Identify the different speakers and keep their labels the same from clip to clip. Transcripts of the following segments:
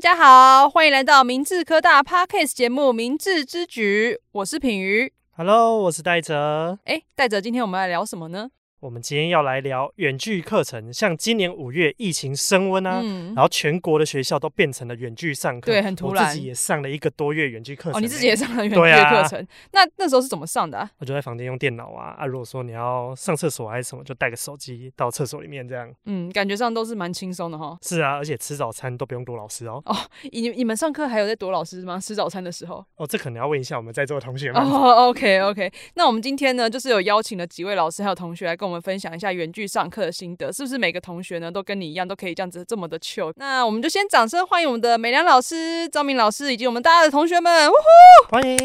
Speaker 1: 家好，欢迎来到明治科大 Podcast 节目《明治之举》，我是品瑜。
Speaker 2: Hello，我是戴哲。
Speaker 1: 哎，戴哲，今天我们要聊什么呢？
Speaker 2: 我们今天要来聊远距课程，像今年五月疫情升温啊，
Speaker 1: 嗯
Speaker 2: 然，后全国的学校都变成了远距上课。
Speaker 1: 对很突
Speaker 2: 我
Speaker 1: 然
Speaker 2: 自己也上了一个多月远距课程欸、
Speaker 1: 哦，你自己也上了远距
Speaker 2: 对
Speaker 1: 的
Speaker 2: 啊
Speaker 1: 课程，那那时候是怎么上的、啊？
Speaker 2: 我就在房间用电脑啊啊！如果说你要上厕所还是什么，就带个手机到厕所里面这样。
Speaker 1: 嗯，感觉上都是蛮轻松的哈。
Speaker 2: 是啊，而且吃早餐都不用躲老师哦。
Speaker 1: 你你们上课还有在躲老师吗？吃早餐的时候？
Speaker 2: 哦，这可能要问一下我们在座的同学们。
Speaker 1: 哦、o k OK，那我们今天呢，就是有邀请了几位老师还有同学来跟我们分享一下远距上课的心得，是不是每个同学呢都跟你一样都可以这样子这么的 chill？那我们就先掌声欢迎我们的美良老师、张明老师以及我们大家的同学们。呜呼
Speaker 2: 欢迎。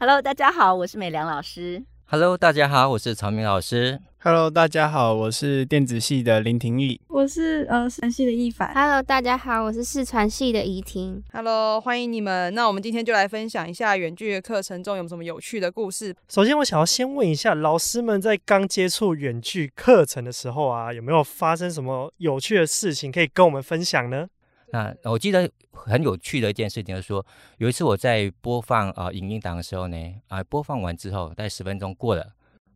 Speaker 3: Hello，大家好，我是美良老师。
Speaker 4: Hello，大家好，我是曹明老师。
Speaker 5: Hello，大家好，我是电子系的林廷义。
Speaker 6: 我是呃山西的一凡，
Speaker 7: Hello，大家好，我是四川系的怡婷。
Speaker 1: Hello，欢迎你们。那我们今天就来分享一下远距的课程中有什么有趣的故事。
Speaker 2: 首先，我想要先问一下，老师们在刚接触远距课程的时候啊，有没有发生什么有趣的事情可以跟我们分享呢？
Speaker 4: 那我记得很有趣的一件事情，就是说有一次我在播放啊、呃影音档的时候呢，啊、播放完之后，大概十分钟过了，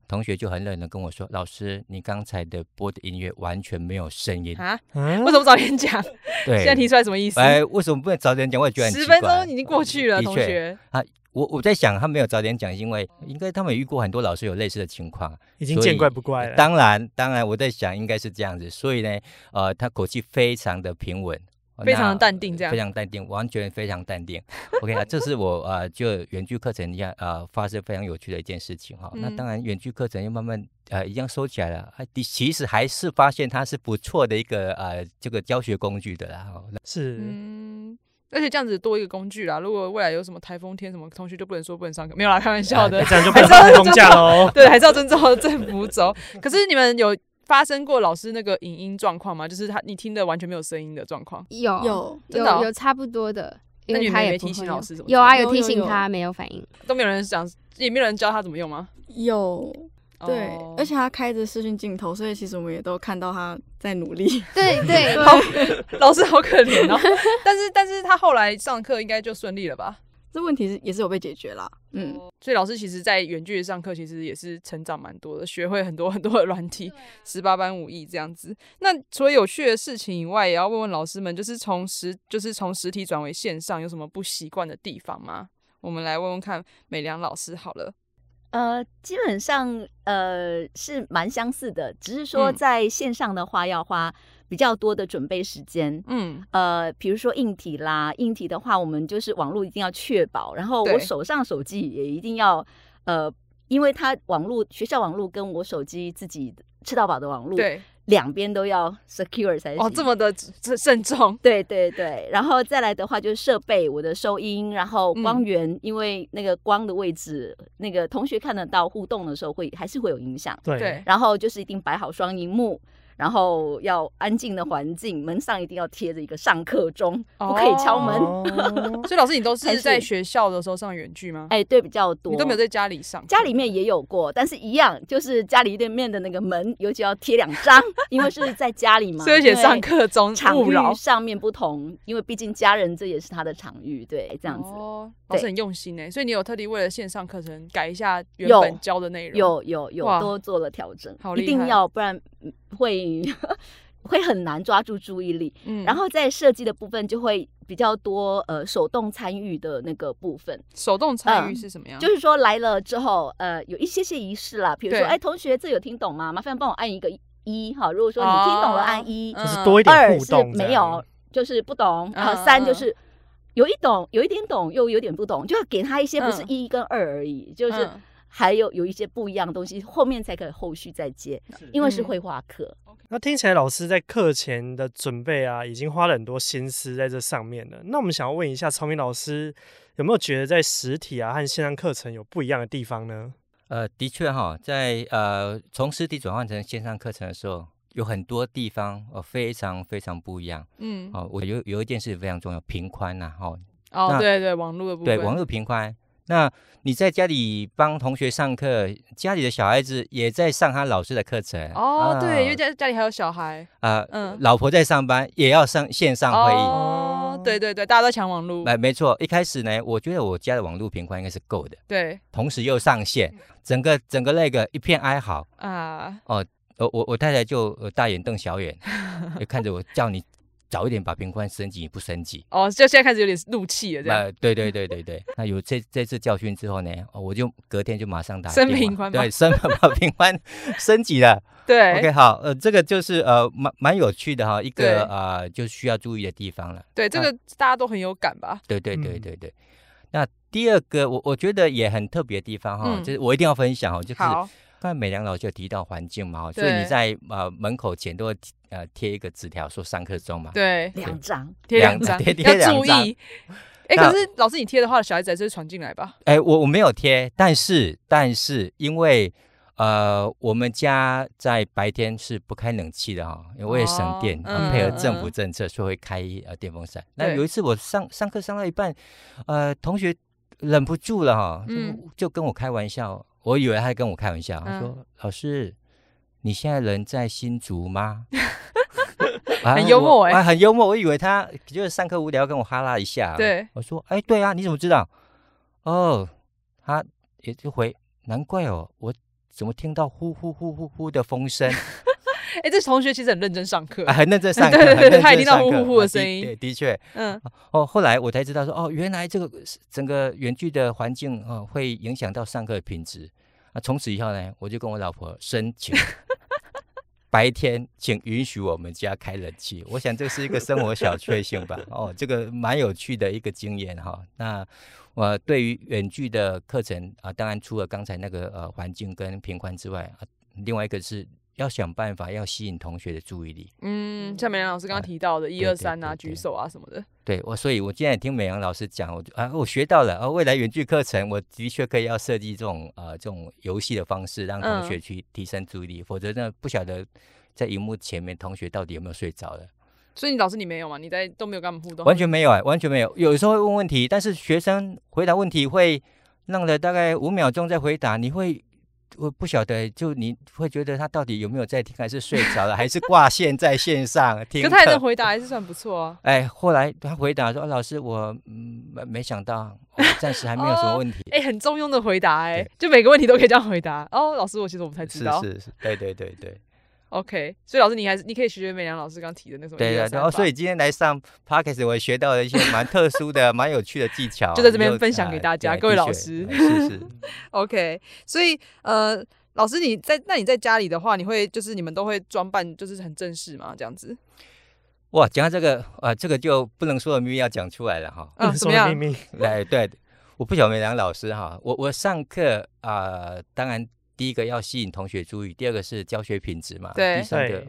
Speaker 4: 同学就很冷的跟我说：“老师，你刚才的播的音乐完全没有声音。
Speaker 1: 啊？
Speaker 2: 嗯
Speaker 1: 为，什么早点讲？
Speaker 4: 对，
Speaker 1: 现在提出来什么意思？
Speaker 4: 哎，为什么不能早点讲？我也觉得很
Speaker 1: 十
Speaker 4: 奇
Speaker 1: 分
Speaker 4: 怪
Speaker 1: 钟已经过去了，
Speaker 4: 的
Speaker 1: 同
Speaker 4: 确
Speaker 1: 学。
Speaker 4: 我我在想，他没有早点讲，是因为应该他们也遇过很多老师有类似的情况，
Speaker 2: 已经
Speaker 4: 所
Speaker 2: 见
Speaker 4: 以
Speaker 2: 怪不怪了。
Speaker 4: 当然，当然，我在想应该是这样子，所以呢，呃，他口气非常的平稳，呃
Speaker 1: 非常
Speaker 4: 那
Speaker 1: 淡定这样
Speaker 4: 非常淡定，完全非常淡定。OK 啊，这是我呃，就远距课程一样呃，发生非常有趣的一件事情哈、那
Speaker 1: 嗯
Speaker 4: 当然，远距课程又慢慢呃一样收起来了，啊，的其实还是发现它是不错的一个呃这个教学工具的啦。哈那
Speaker 2: 是，
Speaker 1: 嗯，而且这样子多一个工具啦。如果未来有什么台风天什么，同学就不能说不能上课，没有啦，开玩笑的
Speaker 2: 哎
Speaker 4: 哎
Speaker 2: 那。这样就不
Speaker 1: 还
Speaker 2: 能
Speaker 1: 是要。
Speaker 2: 放公假喽
Speaker 1: 对，还是要遵照政府走。可是你们有发生过老师那个影音状况吗？就是他你听的完全没有声音的状况。
Speaker 7: 有
Speaker 6: 有
Speaker 1: 真的哦
Speaker 7: 有有差不多的，因
Speaker 1: 那你
Speaker 7: 为
Speaker 1: 们
Speaker 7: 他
Speaker 1: 没
Speaker 7: 也不
Speaker 1: 提醒
Speaker 7: 会
Speaker 1: 老
Speaker 7: 用
Speaker 1: 师什么之
Speaker 7: 有啊，
Speaker 6: 类的
Speaker 7: 有提
Speaker 6: 有有
Speaker 7: 醒
Speaker 6: 有
Speaker 7: 他没有反 应。
Speaker 1: 都没有人讲，也没有人教他怎么用吗？
Speaker 6: 有对
Speaker 1: 哦
Speaker 6: 而且他开着视讯镜头，所以其实我们也都看到他在努力。
Speaker 7: 对 对，
Speaker 1: 老师好可怜 哦。但是但是他后来上课应该就顺利了吧？
Speaker 6: 这问题是也是有被解决啦。嗯，
Speaker 1: 所以老师其实，在远距离上课，其实也是成长蛮多的，学会很多很多的软体，
Speaker 3: 啊
Speaker 1: 十八般武艺这样子。那除了有趣的事情以外，也要问问老师们，就是从实，就是从实体转为线上，有什么不习惯的地方吗？我们来问问看美良老师好了。
Speaker 3: 呃，基本上呃是蛮相似的，只是说
Speaker 1: 嗯
Speaker 3: 在线上的话要花比较多的准备时间。
Speaker 1: 嗯，
Speaker 3: 呃，比如说硬体啦，硬体的话，我们就是网络一定要确保，然后
Speaker 1: 对
Speaker 3: 我手上手机也一定要呃，因为它网络学校网络跟我手机自己吃到饱的网络，
Speaker 1: 对，
Speaker 3: 两边都要 secure 才行。
Speaker 1: 哦，这么的慎慎重，
Speaker 3: 对对对，然后再来的话就是设备，我的收音，然后光
Speaker 1: 嗯
Speaker 3: 源，因为那个光的位置，那个同学看得到互动的时候会还是会有影响。
Speaker 2: 对，
Speaker 1: 对，
Speaker 3: 然后就是一定摆好双荧幕，然后要安静的环境，门上一定要贴着一个上课钟，不可以敲门。
Speaker 2: 哦
Speaker 1: 所以老师，你都
Speaker 3: 还
Speaker 1: 是
Speaker 3: 是
Speaker 1: 在学校的时候上远距吗？
Speaker 3: 哎，对，比较多。
Speaker 1: 你都没有在家里上课？
Speaker 3: 家里面也有过，但是一样，就是家里对面的那个门，尤其要贴两张，因为是在家里 嘛，
Speaker 1: 所以写
Speaker 3: 因为
Speaker 1: 上课中
Speaker 3: 场
Speaker 1: 嗯勿扰
Speaker 3: 域上面不同，因为毕竟家人这也是他的场域，对，这样子。
Speaker 1: 哦，老师
Speaker 3: 对
Speaker 1: 很用心呢，所以你有特地为了线上课程改一下原
Speaker 3: 有
Speaker 1: 本教的内容。
Speaker 3: 有有有
Speaker 1: 哇
Speaker 3: 都做了调整
Speaker 1: 好，厉
Speaker 3: 一定
Speaker 1: 害
Speaker 3: 要，不然嗯会会很难抓住注意力。
Speaker 1: 嗯
Speaker 3: 然后在设计的部分就会比较多呃手动参与的那个部分，
Speaker 1: 手动参与
Speaker 3: 嗯
Speaker 1: 是什么样？
Speaker 3: 就是说来了之后呃有一些些仪式啦，比如说
Speaker 1: 对
Speaker 3: 哎同学这有听懂吗？麻烦帮我按一个一哈，如果说你听懂
Speaker 1: 哦
Speaker 3: 了按一，
Speaker 2: 就是
Speaker 1: 嗯
Speaker 2: 多一点
Speaker 3: 二
Speaker 2: 互
Speaker 3: 是
Speaker 2: 动这样。
Speaker 3: 没有，就是不懂，然
Speaker 1: 嗯
Speaker 3: 后
Speaker 1: 嗯
Speaker 3: 三就
Speaker 1: 嗯
Speaker 3: 是有一懂，有一点懂，又有点不懂，就要给他一些不是
Speaker 1: 嗯
Speaker 3: 一跟二而已，就是
Speaker 1: 嗯
Speaker 3: 还有有一些不一样的东西，后面才可以后续再接，因为是
Speaker 1: 嗯
Speaker 3: 绘画课，
Speaker 2: 那听起来老师在课前的准备啊，已经花了很多心思在这上面了。那我们想要问一下，曹明老师有没有觉得在实体啊和线上课程有不一样的地方呢？
Speaker 4: 呃，的确哈，在呃从实体转换成线上课程的时候，有很多地方呃非常非常不一样。
Speaker 1: 嗯
Speaker 4: 哦，我有有一件事非常重要，频宽呐、哦，
Speaker 1: 哦，
Speaker 4: 那
Speaker 1: 对对，网络的部分，
Speaker 4: 对，网络频宽。那你在家里帮同学上课，家里的小孩子也在上他老师的课程。
Speaker 1: 哦，对，因为
Speaker 4: 啊
Speaker 1: 家家里还有小孩，
Speaker 4: 呃
Speaker 1: 嗯
Speaker 4: 老婆在上班，也要上线上会议。
Speaker 1: 哦
Speaker 3: 嗯
Speaker 1: 对对对，大家都抢网路，
Speaker 4: 没没错，一开始呢，我觉得我家的网络频宽应该是够的，
Speaker 1: 对
Speaker 4: 同时又上线，
Speaker 1: 嗯
Speaker 4: 整个整个那个一片哀嚎。
Speaker 1: 啊，
Speaker 4: 呃，我我太太就、呃、大眼瞪 小眼，也看着我叫你早一点把频宽升级，你不升级。
Speaker 1: 哦，就现在开始有点怒气了，这样
Speaker 4: 呃，对对对对对，那有这这次教训之后呢，哦我就隔天就马上打
Speaker 1: 升
Speaker 4: 电话
Speaker 1: 频宽吗
Speaker 4: 对，升 把频宽升级了。OK，
Speaker 1: 对
Speaker 4: 好，呃，这个就是呃蛮蛮有趣的哈，一
Speaker 1: 对
Speaker 4: 个呃就需要注意的地方了。
Speaker 1: 对，这个大家都很有感吧？
Speaker 4: 对对对
Speaker 2: 嗯
Speaker 4: 对对。那第二个，我我觉得也很特别的地方哈，
Speaker 1: 嗯
Speaker 4: 就是我一定要分享哦，就是
Speaker 1: 好，
Speaker 4: 刚才美良老师有提到环境嘛，哦所以
Speaker 1: 对
Speaker 4: 你在呃门口前都会贴呃贴一个纸条说上课中嘛，
Speaker 1: 对，
Speaker 3: 两张，
Speaker 1: 贴两
Speaker 4: 两
Speaker 1: 张
Speaker 4: 贴贴
Speaker 1: 要注
Speaker 4: 两张
Speaker 1: 意。哎，
Speaker 4: 那
Speaker 1: 可是老师你贴的话，小孩子还是会传进来吧？
Speaker 4: 哎，我我没有贴，但是但是因为呃，我们家在白天是不开冷气的哈、因为为了省电，
Speaker 1: 哦
Speaker 4: 呃配合政
Speaker 1: 嗯嗯
Speaker 4: 府
Speaker 1: 嗯
Speaker 4: 政策，所以会开呃电风扇。那
Speaker 1: 对
Speaker 4: 有一次我上上课上到一半，呃，同学忍不住了哈、就
Speaker 1: 嗯
Speaker 4: 就跟我开玩笑，我以为他在跟我开玩笑，
Speaker 1: 嗯
Speaker 4: 他说：“老师，你现在人在新竹吗？” 啊
Speaker 1: 很幽默
Speaker 4: 我
Speaker 1: 欸
Speaker 4: 啊，很幽默。我以为他就是上课无聊跟我哈拉一下，
Speaker 1: 对，
Speaker 4: 我说，哎，对啊，你怎么知道？哦，他也就回，难怪哦，我怎么听到呼呼呼呼呼的风声？
Speaker 1: 哎，这同学其实很认真上课
Speaker 4: 啊，，很认真上课，
Speaker 1: 对对对
Speaker 4: 很认
Speaker 1: 他也
Speaker 4: 真
Speaker 1: 听到
Speaker 4: 上
Speaker 1: 呼
Speaker 4: 课
Speaker 1: 呼呼的
Speaker 4: 啊
Speaker 1: 声
Speaker 4: 的
Speaker 1: 音
Speaker 4: 对，的确。
Speaker 1: 嗯，
Speaker 4: 哦，后来我才知道说，哦，原来这个是整个园区的环境哦，会影响到上课的品质。啊，从此以后呢，我就跟我老婆 申请。白天，请允许我们家开冷气。我想这是一个生活小确幸吧。哦，这个蛮有趣的一个经验哈、那我、呃对于远距的课程啊、当然除了刚才那个呃环境跟频宽之外、啊，另外一个是要想办法要吸引同学的注意力。
Speaker 1: 嗯，像美兰老师刚刚
Speaker 4: 啊
Speaker 1: 提到的，一
Speaker 4: 对
Speaker 1: 二
Speaker 4: 对
Speaker 1: 三啊，
Speaker 4: 对对
Speaker 1: 举手啊什么的，
Speaker 4: 对我，所以我今天也听美阳老师讲，我就啊，我学到了啊。未来远距课程，我的确可以要设计这种呃这种游戏的方式，让
Speaker 1: 嗯
Speaker 4: 同学去提升注意力，否则呢，不晓得在荧幕前面同学到底有没有睡着了，
Speaker 1: 所以你老师你没有嘛？你在都没有跟他们互动，
Speaker 4: 完全没有哎、完全没有。有时候会问问题，但是学生回答问题会让了大概五秒钟再回答，你会。我不晓得，就你会觉得他到底有没有在听，还是睡着了，还是挂线在 线上听
Speaker 1: 可
Speaker 4: 课？
Speaker 1: 他也能回答，还是算不错啊。
Speaker 4: 哎，后来他回答说：“哦老师，我嗯没没想到，我暂时还没有什
Speaker 1: 哦
Speaker 4: 么问题。
Speaker 1: 哎、很中庸的回答、哎
Speaker 4: 对，
Speaker 1: 就每个问题都可以这样回答。哦，老师，我其实我不太知
Speaker 4: 是
Speaker 1: 道。
Speaker 4: 是是，对对对对
Speaker 1: OK，所以老师你还是你可以学学美良老师刚提的那种。
Speaker 4: 对对对。哦，所以今天来上 p o d c a s t 我也学到了一些蛮特殊的、 蛮有趣的技巧啊，
Speaker 1: 就在这边
Speaker 4: 又
Speaker 1: 分享
Speaker 4: 啊
Speaker 1: 给大家
Speaker 4: 对
Speaker 1: 各位
Speaker 4: 的
Speaker 1: 老
Speaker 4: 确
Speaker 1: 师
Speaker 4: 哎是 是，
Speaker 1: OK，所以呃，老师你在那你在家里的话，你会就是你们都会装扮就是很正式嘛，这样子。
Speaker 4: 哇，讲到这个啊，这个就不能说的秘密要讲出来了哈。
Speaker 1: 嗯，
Speaker 2: 你
Speaker 1: 怎
Speaker 2: 说
Speaker 1: 么
Speaker 2: 的
Speaker 1: 样
Speaker 2: 秘？密，
Speaker 4: 哎，对，我不晓得美良老师哈，我我上课啊、呃当然第一个要吸引同学注意，第二个是教学品质嘛，
Speaker 1: 对
Speaker 4: 第三个
Speaker 2: 对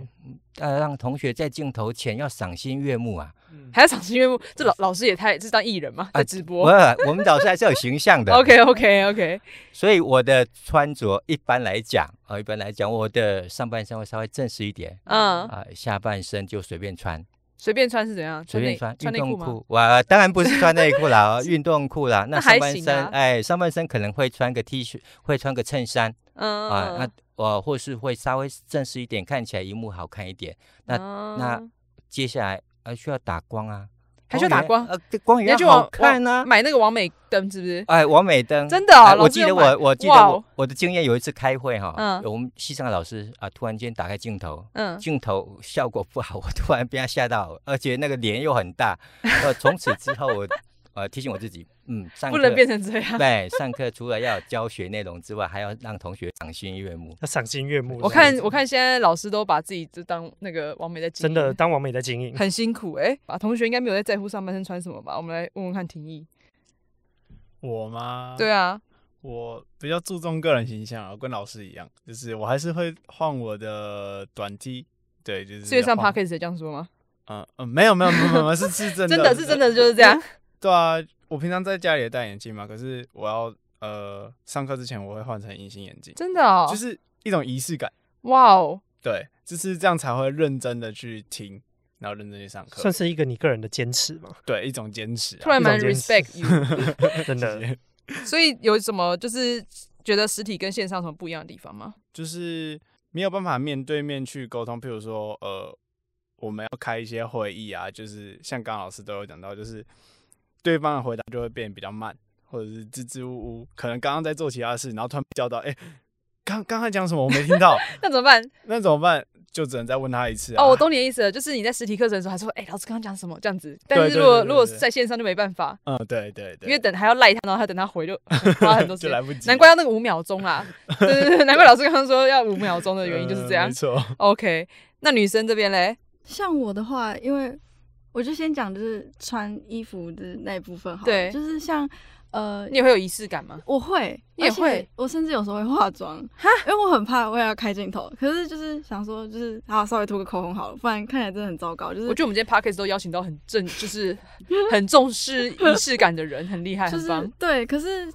Speaker 4: 呃让同学在镜头前要赏心悦目啊。
Speaker 1: 还要赏心悦目？这老老师也太是当艺人
Speaker 4: 哎
Speaker 1: 嘛，在直播。
Speaker 4: 不，我们老师还是有形象的。
Speaker 1: OK OK OK，
Speaker 4: 所以我的穿着一般来讲啊、一般来讲我的上半身会稍微正式一点
Speaker 1: 嗯，
Speaker 4: 啊、下半身就随便穿，
Speaker 1: 随便穿是怎样？
Speaker 4: 随便
Speaker 1: 内
Speaker 4: 穿
Speaker 1: 穿内
Speaker 4: 运动
Speaker 1: 裤吗？
Speaker 4: 裤。哇，当然不是穿内裤 啦，哦运动裤啦。
Speaker 1: 那
Speaker 4: 那
Speaker 1: 还
Speaker 4: 上半
Speaker 1: 行
Speaker 4: 身，
Speaker 1: 啊
Speaker 4: 哎，上半身可能会穿个 T 恤，会穿个衬衫
Speaker 1: 嗯，
Speaker 4: 啊、那呃，或是会稍微正式一点，看起来荧幕好看一点。那那
Speaker 1: 嗯
Speaker 4: 接下来呃需要打光啊，
Speaker 1: 还需要打
Speaker 4: 光
Speaker 1: 光
Speaker 4: 源呃，这光
Speaker 1: 你
Speaker 4: 源
Speaker 1: 要去
Speaker 4: 要好
Speaker 1: 网
Speaker 4: 看啊。
Speaker 1: 买那个王美灯是不是？
Speaker 4: 哎，王美灯
Speaker 1: 真的哦
Speaker 4: 哎
Speaker 1: 老
Speaker 4: 我
Speaker 1: 师
Speaker 4: 记
Speaker 1: 有
Speaker 4: 得
Speaker 1: 买
Speaker 4: 我我记得
Speaker 1: 哇哦
Speaker 4: 我我的经验有一次开会哈，
Speaker 1: 嗯
Speaker 4: 我们系上的老师啊，突然间打开镜头，
Speaker 1: 嗯，
Speaker 4: 镜头效果不好，我突然被他吓到，而且那个脸又很大，呃，从此之后我呃提醒我自己，嗯，上
Speaker 1: 不能
Speaker 4: 课
Speaker 1: 变成这样。
Speaker 4: 对上课除了要有教学内容之外，还要让同学赏心悦目。
Speaker 2: 要赏心悦目。
Speaker 1: 我看，我看现在老师都把自己就当那个王美在经
Speaker 2: 真
Speaker 1: 营
Speaker 2: 的当王美在经营，
Speaker 4: 嗯
Speaker 1: 很辛苦哎、啊，同学应该没有在在乎上半身穿什么吧？我们来问问看廷义。
Speaker 5: 我吗？
Speaker 1: 对啊，
Speaker 5: 我比较注重个人形象啊，跟老师一样，就是我还是会换我的短 T，对，就是
Speaker 1: 世界上 p a r
Speaker 5: 换
Speaker 1: k e s 这样说吗？
Speaker 5: 嗯嗯，没有没有没有没有没有，是是真 的，
Speaker 1: 真的是真的就是这 样。
Speaker 5: 对啊，我平常在家里也戴眼镜嘛，可是我要呃上课之前我会换成隐形眼镜，
Speaker 1: 真的哦，
Speaker 5: 就是一种仪式感，
Speaker 1: 哇哦，
Speaker 5: 对，就是这样才会认真的去听，然后认真去上课
Speaker 2: 算，是一个你个人的坚持 嘛，
Speaker 5: 对一种坚持、啊。
Speaker 1: 突然蛮
Speaker 2: 一种坚持
Speaker 1: respect you。
Speaker 2: 真的。
Speaker 1: 所以有什么就是觉得实体跟线上有什么 不一样的地方吗？
Speaker 5: 就是没有办法面对面去沟通，譬如说，呃，我们要开一些会议啊，就是像刚刚老师都有讲到，就是对方的回答就会变得比较慢，或者是支支吾吾，可能刚刚在做其他事，然后突然被叫到，哎、刚刚才讲什么我没听 到，
Speaker 1: 那怎么办？
Speaker 5: 那怎么办？就只能再问他一次、啊。
Speaker 1: 哦，我懂你的意思了，就是你在实体课程的时候还说，哎、老师刚刚讲什么这样子，但
Speaker 5: 对
Speaker 1: 是
Speaker 5: 对
Speaker 1: 如果
Speaker 5: 对对
Speaker 1: 如果
Speaker 5: 对
Speaker 1: 是在线上就没办法，
Speaker 5: 嗯，对对对，
Speaker 1: 因为等还要赖他，然后他等他回就 花很多时
Speaker 5: 就
Speaker 1: 间
Speaker 5: 来。不及了，
Speaker 1: 难怪要那个五秒钟啦，对对 对，难怪老师刚刚说要五秒钟的原因就是这
Speaker 5: 呃
Speaker 1: 样
Speaker 5: 没。错，
Speaker 1: OK，那女生这边嘞，
Speaker 6: 像我的话，因为我就先讲就是穿衣服的那一部分好了，
Speaker 1: 对
Speaker 6: 就是像呃，
Speaker 1: 你也会有仪式感吗？
Speaker 6: 我会，
Speaker 1: 你也
Speaker 6: 而且
Speaker 1: 会
Speaker 6: 我甚至有时候会化妆，因为我很怕我也要开镜头，可是就是想说就是啊，稍微涂个口红好了，不然看起来真的很糟糕，就是
Speaker 1: 我觉得我们今天 podcast 都邀请到很正，就是很重视仪式感的人，很厉害，
Speaker 6: 就
Speaker 1: 很
Speaker 6: 是
Speaker 1: 棒。
Speaker 6: 对，可是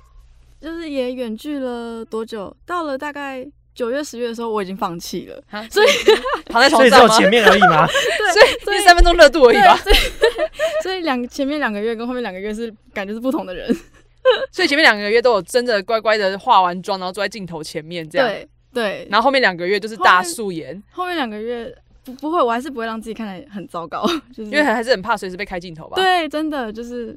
Speaker 6: 就是也远距了多久？到了大概九月、十月的时候，我已经放弃了。
Speaker 1: 哈
Speaker 6: 所以
Speaker 1: 躺在
Speaker 2: 所
Speaker 1: 床
Speaker 2: 以只
Speaker 1: 上
Speaker 2: 有
Speaker 1: 吗？
Speaker 2: 前面而已 嘛。
Speaker 1: 所以那三分钟热度而已吧。
Speaker 6: 所以所以两前面两个月跟后面两个月是感觉是不同的人。
Speaker 1: 所以前面两个月都有真的乖乖的化完妆，然后坐在镜头前面这样。
Speaker 6: 对对，
Speaker 1: 然后后面两个月就是大素颜，
Speaker 6: 后面两个月不不会，我还是不会让自己看起来很糟糕，就是
Speaker 1: 因为还是很怕随时被开镜头吧。。
Speaker 6: 对，真的就是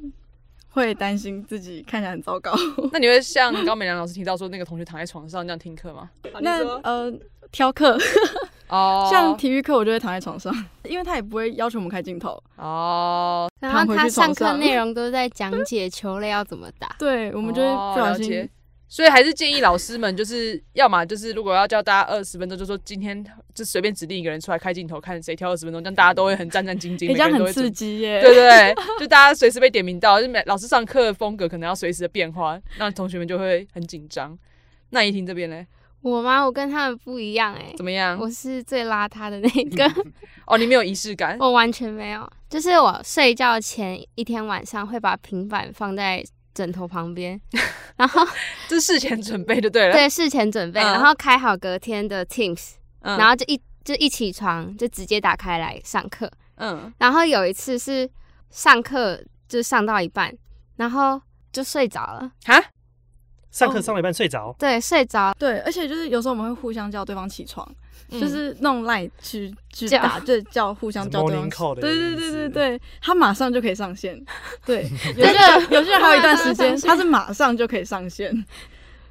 Speaker 6: 会担心自己看起来很糟糕。
Speaker 1: 那你会像高美良老师提到说那个同学躺在床上这样听课吗？
Speaker 6: 那呃，挑课
Speaker 1: 哦，
Speaker 6: 像体育课，我就会躺在床上，因为他也不会要求我们开镜头。
Speaker 1: 哦，
Speaker 7: 然
Speaker 6: 躺
Speaker 7: 后
Speaker 6: 回去
Speaker 7: 他上
Speaker 6: 床
Speaker 7: 课
Speaker 6: 上，
Speaker 7: 内容都在讲解球类要怎么打
Speaker 6: 对，我们就会
Speaker 1: 哦
Speaker 6: 不小
Speaker 1: 了
Speaker 6: 心
Speaker 1: 解所以还是建议老师们，就是要么就是如果要叫大家二十分钟，就说今天就随便指定一个人出来开镜头，看谁挑二十分钟，这样大家都会很战战兢 兢，
Speaker 6: 欸，这样
Speaker 1: 每个人都
Speaker 6: 很
Speaker 1: 会
Speaker 6: 刺
Speaker 1: 准。
Speaker 6: 激耶！
Speaker 1: 对对对，就大家随时被点名到，就是每老师上课的风格可能要随时的变化，让同学们就会很紧张。那怡婷这边嘞，
Speaker 7: 我吗？我跟他们不一样哎、
Speaker 1: 怎么样？
Speaker 7: 我是最邋遢的那一个，
Speaker 1: 哦，你没有仪式感，
Speaker 7: 我完全没有。就是我睡觉前一天晚上会把平板放在枕头 旁边，然后
Speaker 1: 这是事前准备就对了。，
Speaker 7: 对事前准备，
Speaker 1: 嗯
Speaker 7: 然后开好隔天的 Teams，
Speaker 1: 嗯、
Speaker 7: 然后就一就一起床就直接打开来上课。
Speaker 1: 嗯，
Speaker 7: 然后有一次是上课就上到一半，然后就睡着了，
Speaker 1: 哈，
Speaker 2: 上课上了一半睡着，
Speaker 7: 对，睡着了，
Speaker 6: 对，而且就是有时候我们会互相叫对方起床，
Speaker 1: 嗯
Speaker 6: 就是弄赖去去
Speaker 7: 叫
Speaker 6: 打，就叫互相叫对
Speaker 2: Morning
Speaker 6: 方
Speaker 2: call 的
Speaker 6: 起。对对
Speaker 2: 意
Speaker 6: 对
Speaker 2: 思
Speaker 6: 对对，他马上就可以上线。 对，有
Speaker 7: 真
Speaker 6: 些
Speaker 7: 的
Speaker 6: 有些人还有一段时
Speaker 7: 他马上
Speaker 6: 间
Speaker 7: 上线
Speaker 6: 他是马上就可以上线，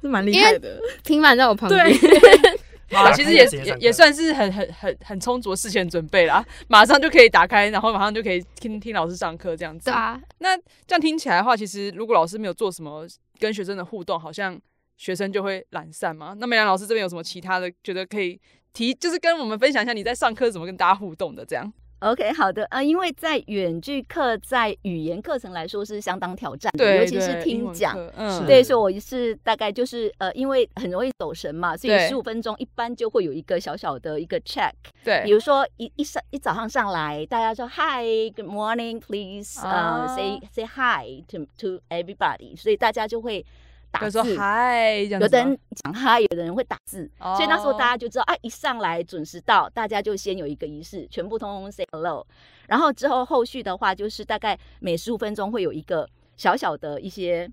Speaker 6: 是蛮厉
Speaker 7: 因为
Speaker 6: 害的。
Speaker 7: 平板在我旁边。
Speaker 6: 对，
Speaker 1: 好
Speaker 2: 啊
Speaker 1: 啦，其实也
Speaker 2: 直接
Speaker 1: 也
Speaker 2: 上课
Speaker 1: 也算是很很很很充足的事前准备啦，马上就可以打开，然后马上就可以听听老师上课这样子。
Speaker 7: 对，啊，
Speaker 1: 那这样听起来的话，其实如果老师没有做什么跟学生的互动，好像学生就会懒散嘛。那美兰老师这边有什么其他的觉得可以提，就是跟我们分享一下你在上课怎么跟大家互动的这样？
Speaker 3: OK，好的，呃，因为在远距课在语言课程来说是相当挑战的，
Speaker 1: 对，
Speaker 3: 尤其是
Speaker 1: 对英
Speaker 3: 听
Speaker 1: 文
Speaker 3: 讲。
Speaker 1: 课嗯，
Speaker 3: 对，
Speaker 2: 是
Speaker 3: 所以我是大概就是呃，因为很容易走神嘛，所以
Speaker 1: 对
Speaker 3: 十五分钟一般就会有一个小小的一个 check。比
Speaker 1: 对，
Speaker 3: 如说一一上一早上上来，大家说 Hi，Good morning，please，呃、
Speaker 1: 啊
Speaker 3: s a y say hi to to everybody，所以大家就会打
Speaker 1: 就
Speaker 3: 字
Speaker 1: 说。嗨这样
Speaker 3: 有
Speaker 1: 子
Speaker 3: 的
Speaker 1: 吗，
Speaker 3: 人讲嗨，有的人会打字，所以那时候
Speaker 1: 哦
Speaker 3: 大家就知道，啊，一上来准时到，大家就先有一个仪式，全部通通 say hello，然后之后后续的话就是大概每十五分钟会有一个小小的一些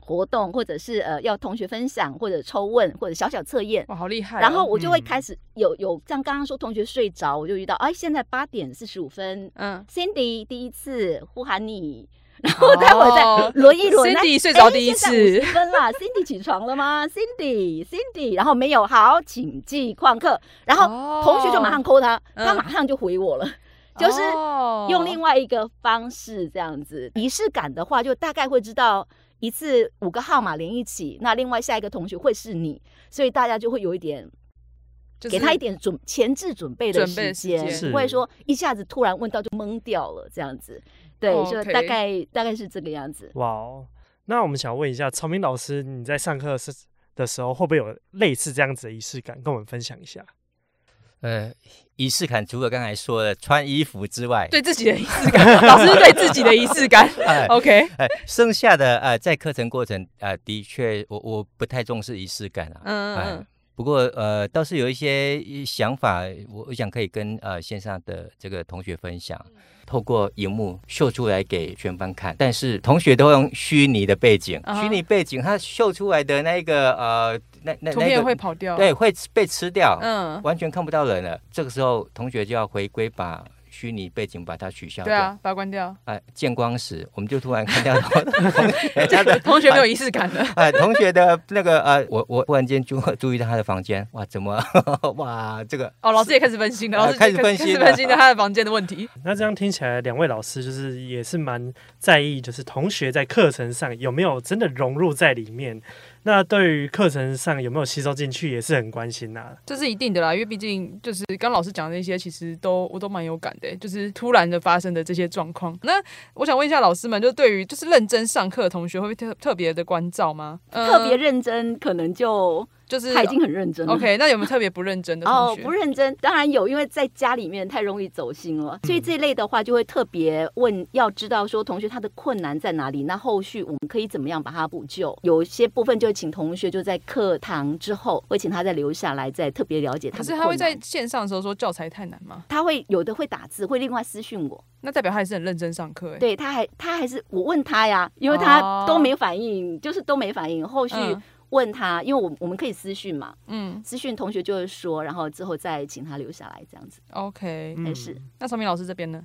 Speaker 3: 活动，或者是呃要同学分享，或者抽问，或者小小测验，
Speaker 1: 哇，好厉害哦、
Speaker 3: 然后我就会
Speaker 5: 嗯
Speaker 3: 开始有有像刚刚说同学睡着，我就遇到哎，现在八点四十五分
Speaker 1: 嗯，
Speaker 3: ，Cindy 第一次呼喊你，然后 待会
Speaker 1: 哦
Speaker 3: 儿再轮一轮。哎
Speaker 1: Cindy 睡着第一
Speaker 3: 现在
Speaker 1: 次
Speaker 3: 50分啦，Cindy 起床了吗？Cindy，Cindy，然后没有，好，请记旷课。然
Speaker 1: 哦
Speaker 3: 后同学就马上扣他，他
Speaker 1: 嗯哦
Speaker 3: 马上就回我了，就是用另
Speaker 1: 外
Speaker 3: 外一个方式这样子。仪式感的话，就大概会知道一次五个号码连一起，那另外下一个同学会是你，所以大家就会有一点给他一点准前置准备的
Speaker 1: 准备
Speaker 3: 时
Speaker 1: 的时
Speaker 3: 间，
Speaker 1: 间
Speaker 3: 不会
Speaker 2: 是
Speaker 3: 说一下子突然问到就懵掉了这样子。对，
Speaker 1: 哦
Speaker 3: 就
Speaker 1: OK
Speaker 3: 大概大概是这个样子。
Speaker 2: 哇哦！那我们想问一下，曹明老师，你在上课是的时候会不会有类似这样子的仪式感，跟我们分享一下？
Speaker 4: 呃，仪式感除了刚才说的穿衣服之外，
Speaker 1: 对哦自己的仪式 感，老师对自己的仪式感。
Speaker 4: 哎
Speaker 1: OK，
Speaker 4: 哎，剩下的呃，在课程过程呃，的确我我不太重视仪式感啊，
Speaker 1: 嗯嗯
Speaker 4: 哎
Speaker 1: 嗯
Speaker 4: 不过呃，倒是有一些一想法，我我想可以跟呃线上的这个同学分享，
Speaker 1: 嗯
Speaker 4: 透过荧幕秀出来给全班看，但是同学都用虚拟的背景，
Speaker 1: 啊
Speaker 4: 虚拟背景它秀出来的那一个呃，那那
Speaker 1: 图
Speaker 4: 那
Speaker 1: 片
Speaker 4: 个
Speaker 1: 会跑掉。
Speaker 4: 对会被吃掉，
Speaker 1: 嗯，
Speaker 4: 完全看不到人了。这个时候，同学就要回归把虚拟背景把它取消
Speaker 1: 对
Speaker 4: 掉。
Speaker 1: 啊，把它关掉。
Speaker 4: 哎，见光死，我们就突然看 到 同学他的
Speaker 1: 同学没有仪式感的，
Speaker 4: 哎，同学的那个呃，我我忽然间注注意到他的房间，哇，怎么 哇这个
Speaker 1: 哦，老师也开始分心了，
Speaker 4: 啊
Speaker 1: 老师
Speaker 4: 开始分
Speaker 1: 开
Speaker 4: 心
Speaker 1: 始
Speaker 4: 了
Speaker 1: 分心了他的房间的问题。
Speaker 2: 那这样听起来，两位老师就是也是蛮在意，就是同学在课程上有没有真的融入在里面。那对于课程上有没有吸收进去，也是很关心呐、
Speaker 1: 这是一定的啦，因为毕竟就是刚老师讲的那些，其实都我都蛮有感的，就是突然的发生的这些状况。那我想问一下老师们，就对于就是认真上课的同学，会不会特特别的关照吗？呃
Speaker 3: 特别认真，可能就
Speaker 1: 就是
Speaker 3: 他已经很认真了。
Speaker 1: OK，那有没有特别不认真的同
Speaker 3: 哦
Speaker 1: 学？，
Speaker 3: 不认真，当然有，因为在家里面太容易走心
Speaker 1: 嗯
Speaker 3: 了，所以这一类的话就会特别问，要知道说同学他的困难在哪里，那后续我们可以怎么样把它补救？有一些部分就请同学就在课堂之后，会请他再留下来，再特别了解他
Speaker 1: 可
Speaker 3: 的
Speaker 1: 是
Speaker 3: 困难。
Speaker 1: 他会在线上的时候说教材太难吗？
Speaker 3: 他会有的会打字，会另外私讯我。
Speaker 1: 那代表他也是很认真上课哎。
Speaker 3: 对，他还他还是我问他呀，因为
Speaker 1: 哦
Speaker 3: 他都没反应，就是都没反应。后续
Speaker 1: 嗯
Speaker 3: 问他，因为我我们可以私讯嘛，
Speaker 1: 嗯
Speaker 3: 私讯同学就会说，然后之后再请他留下来这样子。
Speaker 1: ，OK，
Speaker 2: 嗯
Speaker 3: 还是
Speaker 1: 那长明老师这边呢？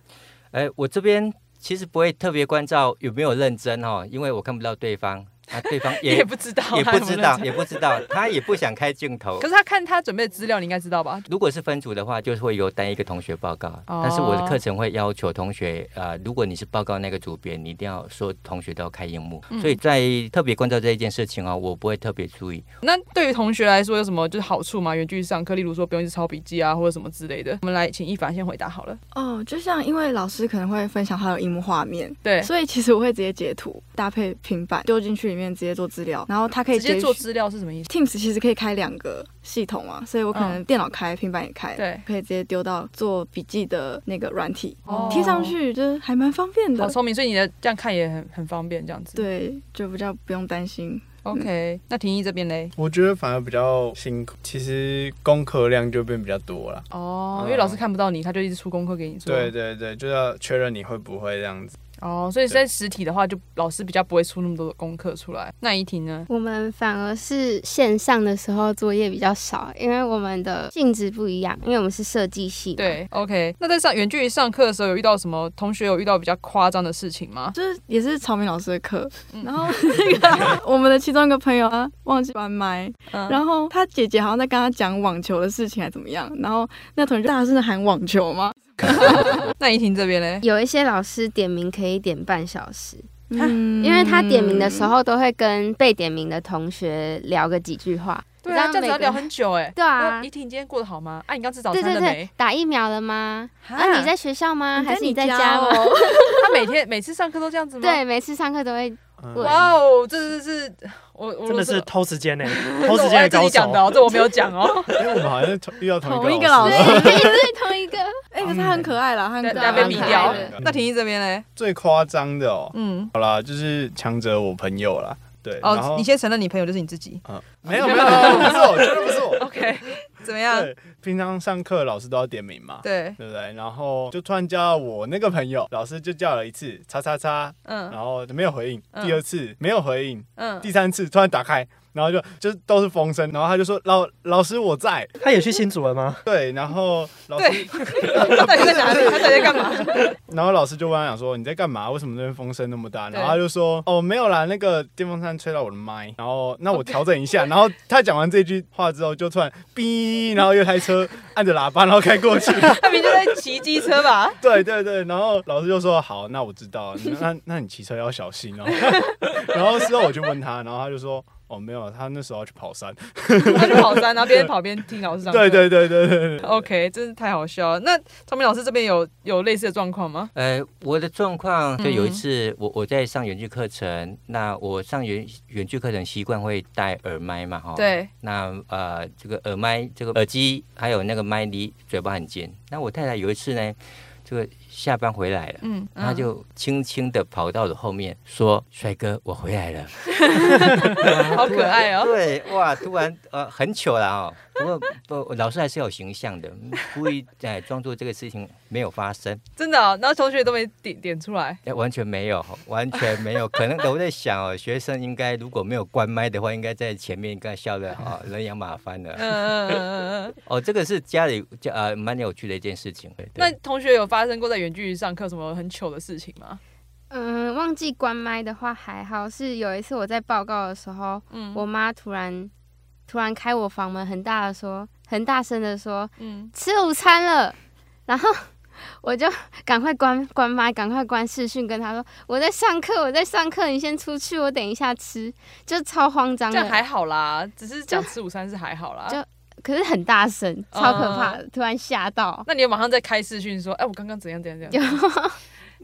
Speaker 4: 哎，我这边其实不会特别关照有没有认真哦，因为我看不到对方，啊，对方 也
Speaker 1: 也不知道，啊
Speaker 4: 也
Speaker 1: 他
Speaker 4: 不
Speaker 1: 有没有
Speaker 4: 知
Speaker 1: 认
Speaker 4: 道，
Speaker 1: 真
Speaker 4: 也不知道，他也不想开镜头
Speaker 1: 可。是他看他准备的资料，你应该知道吧？
Speaker 4: 如果是分组的话，就是会由单一个同学报告。
Speaker 1: 哦
Speaker 4: 但是我的课程会要求同学，呃，如果你是报告那个组别，你一定要说同学都要开荧幕。
Speaker 1: 嗯
Speaker 4: 所以在特别关照这一件事情哦，我不会特别注意。
Speaker 1: 那对于同学来说有什么就是好处吗？远距离上课，例如说不用一直抄笔记啊，或者什么之类的。我们来请一凡先回答好了。
Speaker 6: 哦，就像因为老师可能会分享他的荧幕画面，
Speaker 1: 对，
Speaker 6: 所以其实我会直接截图搭配平板丢进去里面直接做资料，然后它可以
Speaker 1: 直接
Speaker 6: 截
Speaker 1: 做
Speaker 6: 取
Speaker 1: 资料是什么意思？
Speaker 6: Teams 其实可以开两个系统嘛，所以我可能电脑开，平板也开，
Speaker 1: 对
Speaker 6: 可以直接丢到做笔记的那个软体，
Speaker 1: 哦
Speaker 6: 贴上去就是还蛮方便
Speaker 1: 好
Speaker 6: 的。
Speaker 1: 聪明，所以你的这样看也很很方便，这样子。
Speaker 6: 对，嗯就比较不用担心。
Speaker 1: ，OK。那婷宜这边嘞？
Speaker 5: 我觉得反而比较辛苦，其实功课量就变比较多了。
Speaker 1: 哦，
Speaker 5: 嗯
Speaker 1: 因为老师看不到你，他就一直出功课给你做。
Speaker 5: 对。对对，就要确认你会不会这样子。
Speaker 1: 哦，所以在实体的话，就老师比较不会出那么多的功课出来。那怡婷呢？
Speaker 7: 我们反而是线上的时候作业比较少，因为我们的性质不一样，因为我们是设计系。，
Speaker 1: 对，OK。那在
Speaker 6: 嗯
Speaker 1: 上远距离上课的时候，有遇到什么同学有遇到比较夸张的事情吗？
Speaker 6: 就是也是曹明老师的课，
Speaker 1: 嗯
Speaker 6: 然后那个 我们的其中一个朋友啊忘记关麦，
Speaker 1: 嗯
Speaker 6: 然后他姐姐好像在跟他讲网球的事情还怎么样，然后那同学就大声的喊网球吗？
Speaker 1: 那怡婷这边嘞？
Speaker 7: 有一些老师点名可以点半小时，
Speaker 6: 嗯，
Speaker 7: 因为他点名的时候都会跟被点名的同学聊个几句话。
Speaker 1: 对啊，
Speaker 7: 让
Speaker 1: 这样子
Speaker 7: 每
Speaker 1: 要
Speaker 7: 个
Speaker 1: 聊很久哎。
Speaker 7: 对
Speaker 1: 那
Speaker 7: 啊
Speaker 1: 怡，婷今天过得好吗？啊，你刚吃早
Speaker 7: 对
Speaker 1: 餐
Speaker 7: 对
Speaker 1: 了
Speaker 7: 对
Speaker 1: 没？，
Speaker 7: 打疫苗了吗？啊，你在学校吗？还是你在
Speaker 6: 家
Speaker 7: 家
Speaker 6: 哦
Speaker 7: 吗？
Speaker 1: 啊 他每天每次上课都这样子吗？，
Speaker 7: 对，每次上课都会
Speaker 5: 嗯
Speaker 7: 问。
Speaker 1: 哇哦，这是是我我
Speaker 2: 真的是
Speaker 1: 我
Speaker 2: 偷时 间呢、
Speaker 1: 这
Speaker 2: 偷时间
Speaker 1: 哎
Speaker 2: 的
Speaker 1: 这
Speaker 2: 高
Speaker 1: 你
Speaker 2: 手
Speaker 1: 讲。的哦，这我没有讲 哦。
Speaker 5: 因为我们好像是同遇到同
Speaker 6: 嗯同
Speaker 5: 一
Speaker 6: 一
Speaker 5: 个
Speaker 6: 个
Speaker 5: 老
Speaker 6: 老
Speaker 5: 师
Speaker 6: 师。
Speaker 7: 对，一定是 同一个。
Speaker 6: 哎、可是他很可爱啦，他很
Speaker 1: 大
Speaker 6: 可
Speaker 1: 家
Speaker 6: 爱，
Speaker 1: 被比掉
Speaker 7: 对对。
Speaker 1: 那婷宜这边嘞，
Speaker 5: 最夸张的哦，
Speaker 1: 嗯，
Speaker 5: 好啦，就是强者我朋友啦。对，然
Speaker 1: 哦
Speaker 5: 后，
Speaker 1: 你先承认你朋友就是你自己。
Speaker 5: 没有没有没有，不是我，绝对不是我。
Speaker 1: OK，怎么样？
Speaker 5: 对，平常上课老师都要点名嘛，
Speaker 1: 对，
Speaker 5: 对不对？然后就突然叫到我那个朋友，老师就叫了一次，叉叉叉，然
Speaker 1: 嗯
Speaker 5: 后没有回应，
Speaker 1: 嗯
Speaker 5: 第二次没有回应，
Speaker 1: 嗯，
Speaker 5: 第三次突然打开，然后就就是都是风声，然后他就说老老师我在，
Speaker 2: 他也去新组了吗？
Speaker 5: 对，然后老师
Speaker 1: 对，他到底在哪里？他到底在干嘛？
Speaker 5: 然后老师就问他讲说你在干嘛？为什么那边风声那么大？
Speaker 1: 对
Speaker 5: 然后他就说哦没有啦，那个电风扇吹到我的麦，然后那我
Speaker 1: 哦
Speaker 5: 调整一下。然后他讲完这句话之后，就突然哔，然后有台车按着喇叭，然后 开过去。
Speaker 1: 他明明就在骑机车 吧？
Speaker 5: 对对对，然后老师就说好，那我知道，那那那你骑车要小心哦。 然后之后我就问他，然后他就说哦没有，他那时候要去跑山。
Speaker 1: 他就跑山，然后边跑边听老师上课。
Speaker 5: 对对对对对对，
Speaker 1: OK，真是太好笑了。那曹明老师这边有有类似的状况吗？
Speaker 4: 呃，我的状况就有一
Speaker 1: 嗯
Speaker 4: 次我，我在上远距课程，那我上远远距课程习惯会戴耳麦嘛，哈，。
Speaker 1: 对，
Speaker 4: 那呃，这个耳麦、这个耳机还有那个麦离嘴巴很近。那我太太有一次呢，这个下班回来了，
Speaker 1: 嗯，
Speaker 4: 她就轻轻的跑到我后面说：“帅哥，我回来了。
Speaker 1: 嗯好可爱”哦。
Speaker 4: 对，哇，突然呃很糗了哦，不过不，老师还是有形象的，故意哎装作这个事情没有发生，
Speaker 1: 真的、啊，然后同学都没点点出来，
Speaker 4: 哎，完全没有，完全没有。可能我在想哦，学生应该如果没有关麦的话，应该在前面应该笑的哦，人仰马翻
Speaker 1: 嗯
Speaker 4: 了。
Speaker 1: 嗯嗯嗯嗯嗯。
Speaker 4: 哦，这个是家里家呃蛮有趣的一件事情。对
Speaker 1: 那同学有发生过在远距离上课什么很糗的事情吗？
Speaker 7: 嗯，忘记关麦的话还好，是有一次我在报告的时候，
Speaker 1: 嗯，
Speaker 7: 我妈突然突然开我房门，很大的说，很大声的说
Speaker 1: 嗯
Speaker 7: 吃午餐了，然后 我就赶快关关麦，赶快关视讯，跟她说我在上课，我在上课，你先出去，我等一下吃，就超慌张
Speaker 1: 这
Speaker 7: 的
Speaker 1: 样，还好啦，只是讲吃午餐是还好啦。
Speaker 7: 就可是很大声，超可
Speaker 1: 哦
Speaker 7: 怕的，突然吓到，
Speaker 1: 那你有马上再开视讯说，哎、我刚刚怎样怎样怎
Speaker 7: 就
Speaker 1: 样？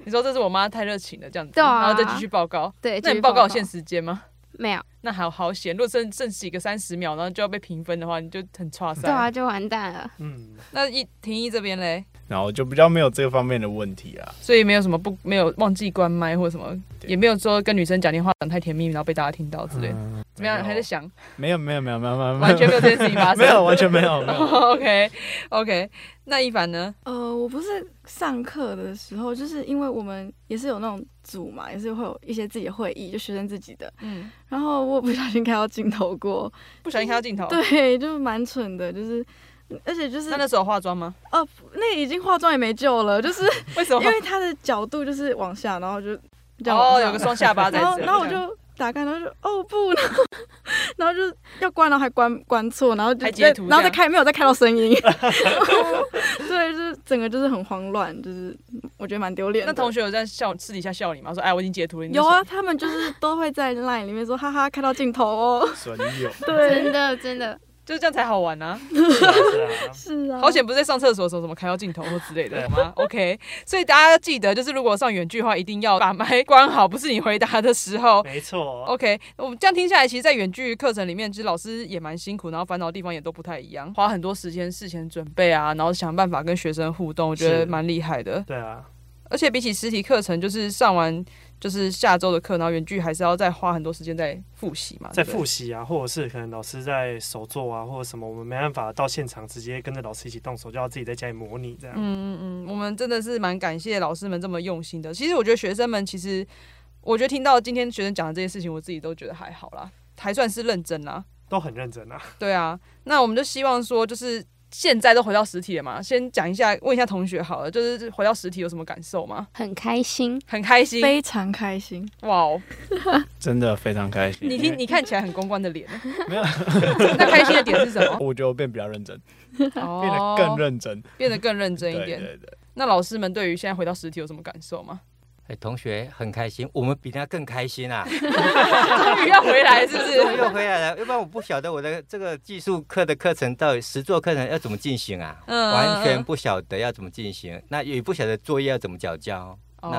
Speaker 1: 你说这是我妈太热情了这样子，
Speaker 7: 对啊
Speaker 1: 然后再继续报告。
Speaker 7: 对，
Speaker 1: 那
Speaker 7: 就
Speaker 1: 你
Speaker 7: 是
Speaker 1: 报告有限时间吗？
Speaker 7: 没有？
Speaker 1: 那还好险，如果剩剩几个三十秒，然后就要被评分的话，你就很差
Speaker 7: 对啊，
Speaker 1: 赛。
Speaker 7: 就完蛋了。
Speaker 2: 嗯，
Speaker 1: 那一婷一这边嘞，
Speaker 5: 然后就比较没有这方面的问题啊。
Speaker 1: 所以没有什么不没有忘记关麦或者什么，
Speaker 5: 对
Speaker 1: 也没有说跟女生讲电话讲太甜蜜，然后被大家听到之类的。
Speaker 5: 嗯
Speaker 1: 怎么样？还在？
Speaker 5: 没有
Speaker 1: 想？
Speaker 5: 没有没有没有没有没有，
Speaker 1: 完全没有这件事情发生。
Speaker 5: 没有完全没有没有。
Speaker 1: OK OK，那一凡呢？
Speaker 6: 呃，我不是上课的时候，就是因为我们也是有那种组嘛，也是会有一些自己的会议，就学生自己的。
Speaker 1: 嗯，
Speaker 6: 然后我不小心开到镜头过，
Speaker 1: 不小心看到镜头。，
Speaker 6: 对，就是蛮蠢的，就是嗯而且就是
Speaker 1: 那那时候有化妆吗？
Speaker 6: 哦，那已经化妆也没救了，就是
Speaker 1: 为什么
Speaker 6: 因？为他的角度就是往下，然后就比较往
Speaker 1: 哦，
Speaker 6: 上
Speaker 1: 有个双下巴在
Speaker 6: 然后
Speaker 1: 这。
Speaker 6: 然后我就打开，然后就哦不，然后然后就要关，然后还关关错，然后就
Speaker 1: 还截图
Speaker 6: 然后
Speaker 1: 这
Speaker 6: 再
Speaker 1: 样
Speaker 6: 开，没有再开到声音， 对，就是整个就是很慌乱，就是我觉得蛮丢脸的。
Speaker 1: 那同学有在笑私底下笑你吗？说哎，我已经截图了。你
Speaker 6: 有啊，他们就是都会在 LINE 里面说哈哈，开到镜头哦，
Speaker 5: 损友，
Speaker 7: 真的真的，
Speaker 1: 就这样才好玩啊！
Speaker 2: 是啊是啊
Speaker 6: 是啊，
Speaker 1: 好险不是在上厕所的时候什么开到镜头或之类的，好吗？OK，所以大家要记得，就是如果上远距的话，一定要把麦关好，不是你回答的时候。
Speaker 2: 啊 没错。
Speaker 1: OK，我们这样听下来，其实，在远距课程里面，其实老师也蛮辛苦，然后烦恼的地方也都不太一样，花很多时间事前准备啊，然后想办法跟学生互动，我觉得
Speaker 2: 是
Speaker 1: 蛮厉害的。
Speaker 2: 对啊，
Speaker 1: 而且比起实体课程，就是上完就是下周的课，然后远距还是要再花很多时间在复习嘛，
Speaker 2: 在
Speaker 1: 对不对
Speaker 2: 复习啊，或者是可能老师在手做啊，或者什么，我们没办法到现场直接跟着老师一起动手，就要自己在家里模拟这样。
Speaker 1: 嗯嗯嗯，我们真的是蛮感谢老师们这么用心的。其实我觉得学生们，其实我觉得听到今天学生讲的这些事情，我自己都觉得还好啦，还算是认真啦。
Speaker 2: 都很认真啊。
Speaker 1: 对啊，那我们就希望说，就是现在都回到实体了嘛，先讲一下，问一下同学好了，就是回到实体有什么感受吗？
Speaker 7: 很开心。
Speaker 1: 很开心，
Speaker 6: 非常开心，
Speaker 1: 哇哦！
Speaker 5: 真的非常开心。
Speaker 1: 你听，你看起来很公关的脸，
Speaker 5: 没有？
Speaker 1: 那开心的点是什么？
Speaker 5: 我觉得我变比较认真，
Speaker 1: 哦
Speaker 5: 变得更认真，
Speaker 1: 变得更认真
Speaker 5: 对
Speaker 1: 一
Speaker 5: 对
Speaker 1: 点。
Speaker 5: 对。对
Speaker 1: 那老师们对于现在回到实体有什么感受吗？
Speaker 4: 哎，同学很开心，我们比他更开心啊！
Speaker 1: 终于要回来是不
Speaker 4: 终于
Speaker 1: 是？
Speaker 4: 又回来了，要不然我不晓得我的这个技术课的课程到底实作课程要怎么进行啊，
Speaker 1: 嗯
Speaker 4: 完全不晓得要怎么进行，那也不晓得作业要怎么缴交。那所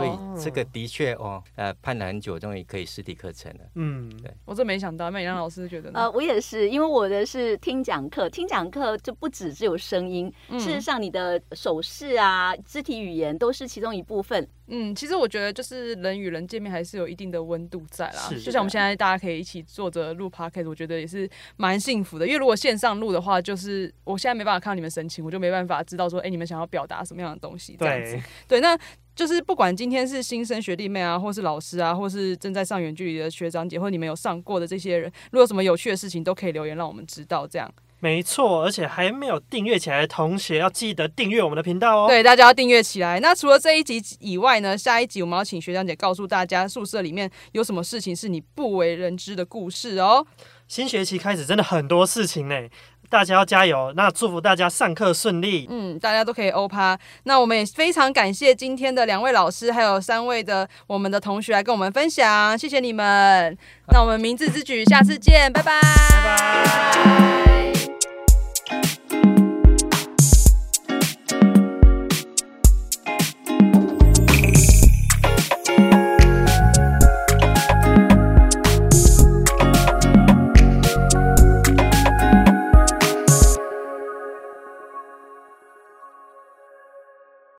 Speaker 1: 哦，
Speaker 4: 以这个的确哦，呃，盼了很久，终于可以实体课程了。
Speaker 2: 嗯，
Speaker 4: 对
Speaker 1: 我真没想到，美让老师觉得呢？
Speaker 3: 呃，我也是，因为我的是听讲课，听讲课就不只只有声音，
Speaker 1: 嗯
Speaker 3: 事实上你的手势啊、肢体语言都是其中一部分。
Speaker 1: 嗯，其实我觉得就是人与人见面还是有一定的温度在啦。
Speaker 2: 是
Speaker 1: 就像我们现在大家可以一起坐着录 podcast，我觉得也是蛮幸福的。因为如果线上录的话，就是我现在没办法看到你们神情，我就没办法知道说，哎、你们想要表达什么样的东西这样子。对，
Speaker 2: 对，
Speaker 1: 那就是不管今天是新生学弟妹啊，或是老师啊，或是正在上远距离的学长姐，或者你们有上过的这些人，如果有什么有趣的事情，都可以留言让我们知道。这样，
Speaker 2: 没错，而且还没有订阅起来的同学要记得订阅我们的频道哦。，
Speaker 1: 对，大家要订阅起来。那除了这一集以外呢，下一集我们要请学长姐告诉大家宿舍里面有什么事情是你不为人知的故事哦。
Speaker 2: 新学期开始真的很多事情呢，大家要加油。那祝福大家上课顺利。
Speaker 1: 嗯，大家都可以欧趴。那我们也非常感谢今天的两位老师，还有三位的我们的同学来跟我们分享，谢谢你们。那我们明智之举，下次见，拜拜
Speaker 2: 拜拜。